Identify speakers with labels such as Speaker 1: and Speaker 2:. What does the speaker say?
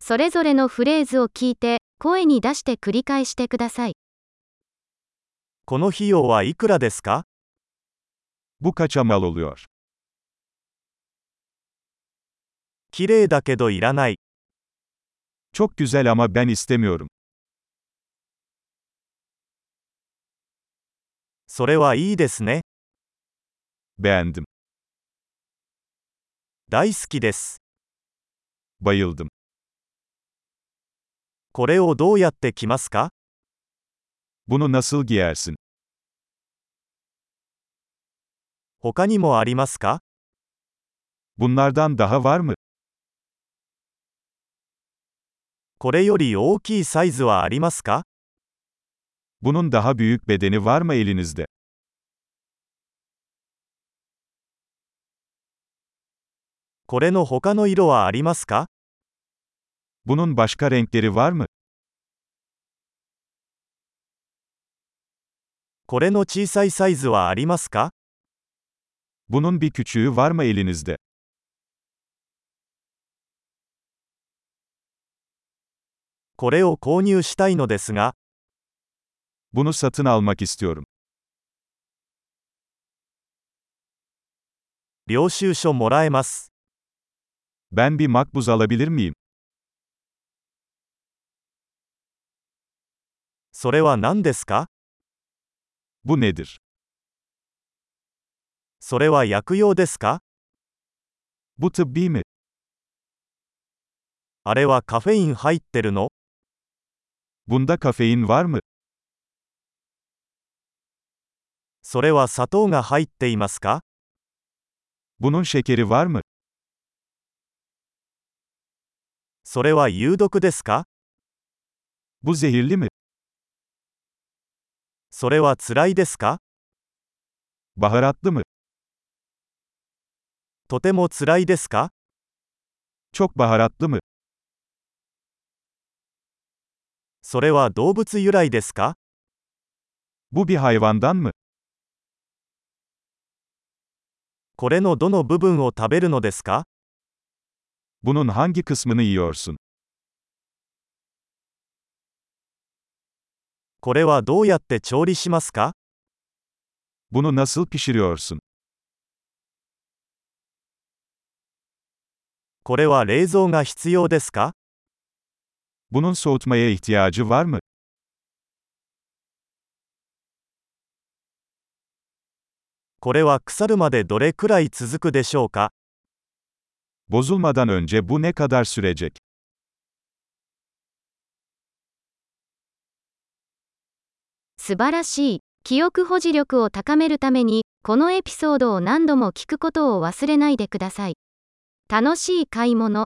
Speaker 1: それぞれのフレーズを聞いて、声に出して繰り返してください。
Speaker 2: この費用はいくらですか
Speaker 3: Bu kaça mal oluyor?
Speaker 2: 綺麗だけどいらない。
Speaker 3: Çok güzel ama ben istemiyorum.
Speaker 2: それはいいですね。
Speaker 3: Beğendim.
Speaker 2: 大好きです。
Speaker 3: Bayıldım.
Speaker 2: これをどうやって着ますか
Speaker 3: Bunu nasıl giyersin?
Speaker 2: 他にもありますか
Speaker 3: Bunlardan daha var mı?
Speaker 2: これより大きいサイズはありますか
Speaker 3: Bunun daha büyük bedeni var mı elinizde?
Speaker 2: これの他の色はありますか
Speaker 3: Bunun başka renkleri var mı?
Speaker 2: これの小さいサイズはありますか
Speaker 3: Bunun bir küçüğü var mı elinizde?
Speaker 2: これを購入したいのですが、
Speaker 3: Bunu satın almak istiyorum.
Speaker 2: 領収書もらえます。
Speaker 3: Ben bir makbuz alabilir miyim?
Speaker 2: それは何ですか
Speaker 3: Bu nedir?
Speaker 2: それは薬用ですか
Speaker 3: Bu tıbbi mi?
Speaker 2: あれはカフェイン入ってるの
Speaker 3: Bunda kafein var mı?
Speaker 2: それは砂糖が入っていますか
Speaker 3: Bunun şekeri var mı?
Speaker 2: それは有毒ですか
Speaker 3: Bu zehirli mi?
Speaker 2: それは辛いですか
Speaker 3: Baharatlı mı?
Speaker 2: とても辛いですか
Speaker 3: Çok baharatlı mı?
Speaker 2: それは動物由来ですか
Speaker 3: Bu bir hayvandan mı?
Speaker 2: これのどの部分を食べるのですか
Speaker 3: Bunun hangi kısmını yiyorsun?
Speaker 2: これはどうやって調理しますか
Speaker 3: Bunu nasıl pişiriyorsun?
Speaker 2: これは冷蔵が必要ですか
Speaker 3: Bunun soğutmaya ihtiyacı var mı?
Speaker 2: これは腐るまでどれくらい続くでしょうか
Speaker 3: Bozulmadan önce bu ne kadar sürecek?
Speaker 1: 素晴らしい。記憶保持力を高めるために、このエピソードを何度も聞くことを忘れないでください。楽しい買い物。